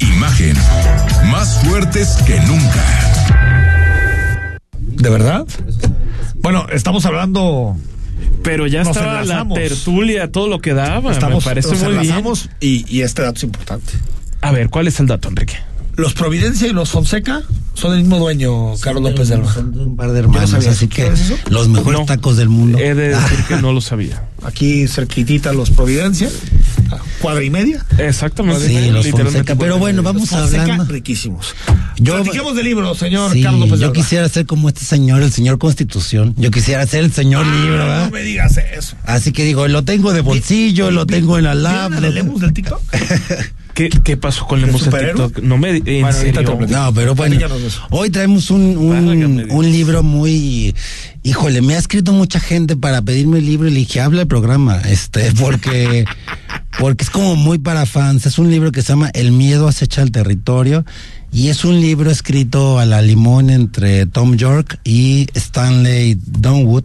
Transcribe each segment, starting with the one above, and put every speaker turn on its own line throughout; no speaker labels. imagen, más fuertes que nunca.
¿De verdad? Bueno, estamos hablando
Ah,
pero ya nos estaba enlazamos. la tertulia, todo lo que daba. Estamos, me parece muy bien.
Y, y, este dato es importante.
A ver, ¿cuál es el dato, Enrique?
Los Providencia y los Fonseca son del mismo dueño, sí, Carlos López de Alba.
Son de un par de hermanos, no así que es los mejores no, tacos del mundo.
He Eh, de decir que no lo sabía.
Aquí cerquitita los Providencia, cuadra y media.
Exactamente.
Sí, media, los Fonseca, pero bueno, vamos a hablar.
riquísimos. Yo, Platiquemos de libro, señor sí, Carlos
López de Alba. Yo quisiera ser como este señor, el señor Constitución. Yo quisiera ser el señor ah, libro, ¿verdad?
No me digas eso.
Así que digo, lo tengo de bolsillo, lo tengo en la lab.
¿Lo leemos del TikTok?
¿Qué, ¿Qué, pasó con Lemus en TikTok? No me. En bueno, serio.
No, pero bueno. Hoy traemos un, un, un, libro muy. Híjole, me ha escrito mucha gente para pedirme el libro y le dije, habla el programa. Este, porque. Porque es como muy para fans. Es un libro que se llama El miedo acecha al territorio. Y es un libro escrito a la limón entre Tom York y Stanley Donwood,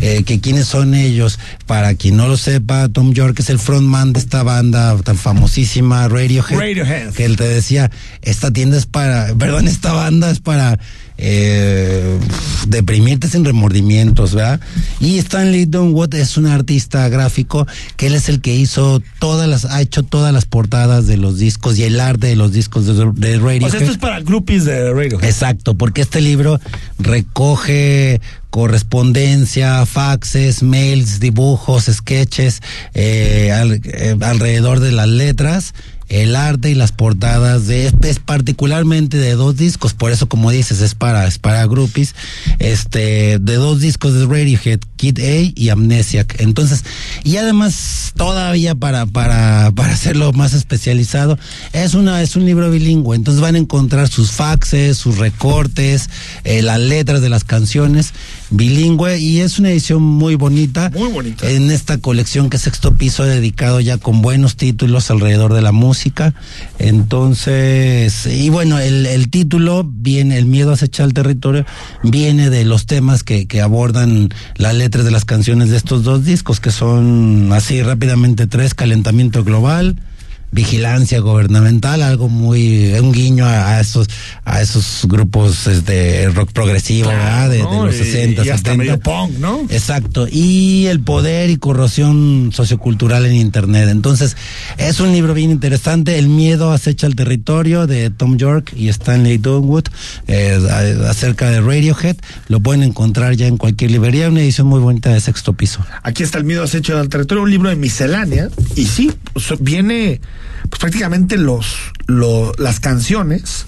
eh, que quiénes son ellos. Para quien no lo sepa, Tom York es el frontman de esta banda tan famosísima, Radiohead.
Radiohead.
Que él te decía, esta tienda es para, perdón, esta banda es para eh, deprimirte sin remordimientos, ¿verdad? Y Stanley Donwood es un artista gráfico que él es el que hizo todas las, ha hecho todas las portadas de los discos y el arte de los discos de, de Radiohead.
O sea, esto es para groupies de Radiohead.
Exacto, porque este libro recoge correspondencia, faxes, mails, dibujos, sketches, eh, al, eh, alrededor de las letras el arte y las portadas de este, es particularmente de dos discos, por eso como dices es para es para groupies, este de dos discos de Radiohead, Kid A y Amnesiac. Entonces, y además todavía para para para hacerlo más especializado, es una es un libro bilingüe, entonces van a encontrar sus faxes, sus recortes, eh, las letras de las canciones bilingüe y es una edición muy bonita.
Muy bonita.
En esta colección que es Sexto Piso dedicado ya con buenos títulos alrededor de la música entonces, y bueno, el, el, título viene, El miedo acecha al territorio, viene de los temas que, que, abordan las letras de las canciones de estos dos discos, que son así rápidamente tres, calentamiento global. Vigilancia gubernamental, algo muy, un guiño a, a esos, a esos grupos de rock progresivo, claro, de, no, de, los y, 60,
y hasta 70. Medio punk, ¿no?
Exacto. Y el poder y corrosión sociocultural en Internet. Entonces, es un libro bien interesante. El miedo acecha el territorio de Tom York y Stanley Dunwood eh, acerca de Radiohead. Lo pueden encontrar ya en cualquier librería. Una edición muy bonita de sexto piso.
Aquí está El miedo acecha al territorio, un libro de miscelánea. Y sí, viene pues, prácticamente los, los, las canciones.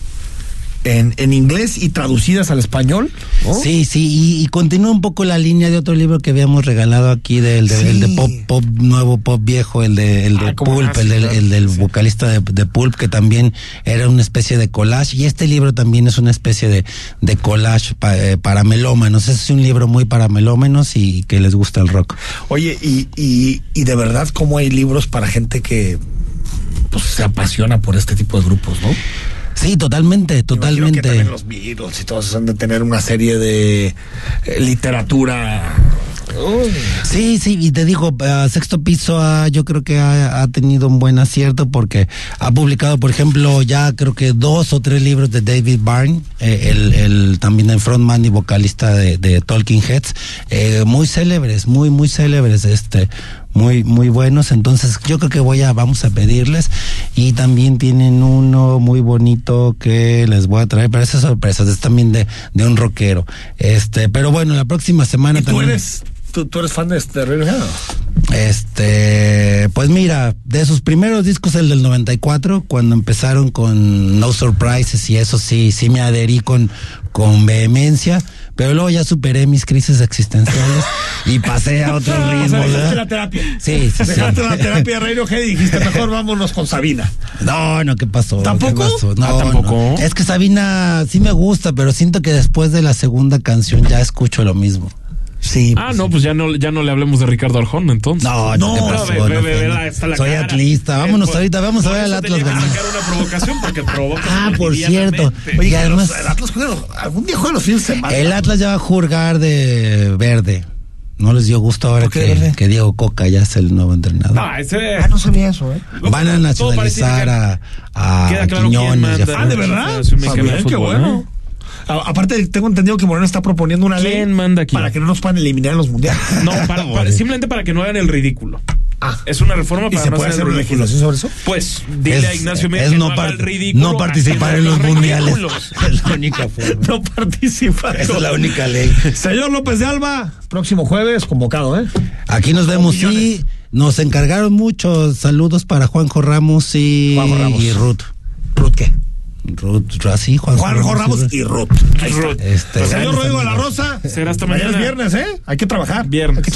En, en, inglés y traducidas al español.
¿no? Sí, sí, y, y, continúa un poco la línea de otro libro que habíamos regalado aquí, del de, sí. el de pop, pop nuevo, pop viejo, el de, el de ah, Pulp, hace, el, del, el del sí. vocalista de, de, Pulp, que también era una especie de collage, y este libro también es una especie de, de collage pa, eh, para melómanos, es un libro muy para melómanos y, y que les gusta el rock.
Oye, y, y, y de verdad, ¿cómo hay libros para gente que pues, se apasiona por este tipo de grupos, no?
Sí, totalmente, totalmente.
Que también los Beatles y todos han de tener una serie de eh, literatura.
Uy. Sí, sí, y te digo, uh, Sexto Piso uh, yo creo que ha, ha, tenido un buen acierto porque ha publicado, por ejemplo, ya creo que dos o tres libros de David Byrne, eh, el, el, también el frontman y vocalista de, de Talking Heads, eh, muy célebres, muy, muy célebres, este, muy muy buenos entonces yo creo que voy a vamos a pedirles y también tienen uno muy bonito que les voy a traer pero esas sorpresas es también de, de un rockero este pero bueno la próxima semana
¿Y tú también... eres tú, tú, eres fan de este
este pues mira de sus primeros discos el del 94 cuando empezaron con No Surprises y eso sí sí me adherí con con vehemencia pero luego ya superé mis crisis existenciales y pasé a otro no, ritmo. O sea,
la terapia.
Sí, sí,
Dejaste sí. la terapia de Reino G y dijiste, mejor vámonos con Sabina.
No, no, ¿qué pasó?
¿Tampoco?
¿Qué pasó? No, ah, ¿tampoco? No. Es que Sabina sí me gusta, pero siento que después de la segunda canción ya escucho lo mismo.
Sí. Ah, pues, no, pues ya no, ya no le hablemos de Ricardo Arjón, entonces.
No, no, no, pasó, no, no la Soy cara. atlista. Vámonos eh, ahorita, vamos a ver al Atlas.
Tenía que sacar una provocación porque provoca.
Ah, por cierto.
Oye, y además, los, el Atlas juega algún día juega los fines de semana.
El Atlas ya va a jurgar de verde. No les dio gusto ahora que, que, Diego Coca ya es el nuevo entrenador.
No, ese... Ah, no sabía eso, ¿eh?
Van a nacionalizar a, a
queda claro Quiñones.
Manda, ah, ¿de verdad? Fabián, qué
¿eh?
bueno. A, aparte, tengo entendido que Moreno está proponiendo una
¿Quién
ley
manda aquí?
para que no nos puedan eliminar en los mundiales.
No, para, para, simplemente para que no hagan el ridículo. Ah, es una reforma para
¿Y se no puede hacer una legislación sobre eso?
Pues dile es, a Ignacio Mejía
no, no, ridículo no participar en los mundiales.
es la única forma. No participar.
Esa es la única ley.
Señor López de Alba, próximo jueves convocado, ¿eh?
Aquí nos vemos y sí, nos encargaron muchos saludos para Juanjo Ramos y,
Juanjo Ramos.
y Ruth.
¿Ruth qué?
Ruth, ah, así, Juan,
Juan Ramos, Ramos y Ruth. Ahí está. Ruth. Este, o sea, yo Rodrigo de la Rosa.
Será hasta mañana.
Mañana es viernes, ¿eh? Hay que trabajar.
Viernes.
Hay que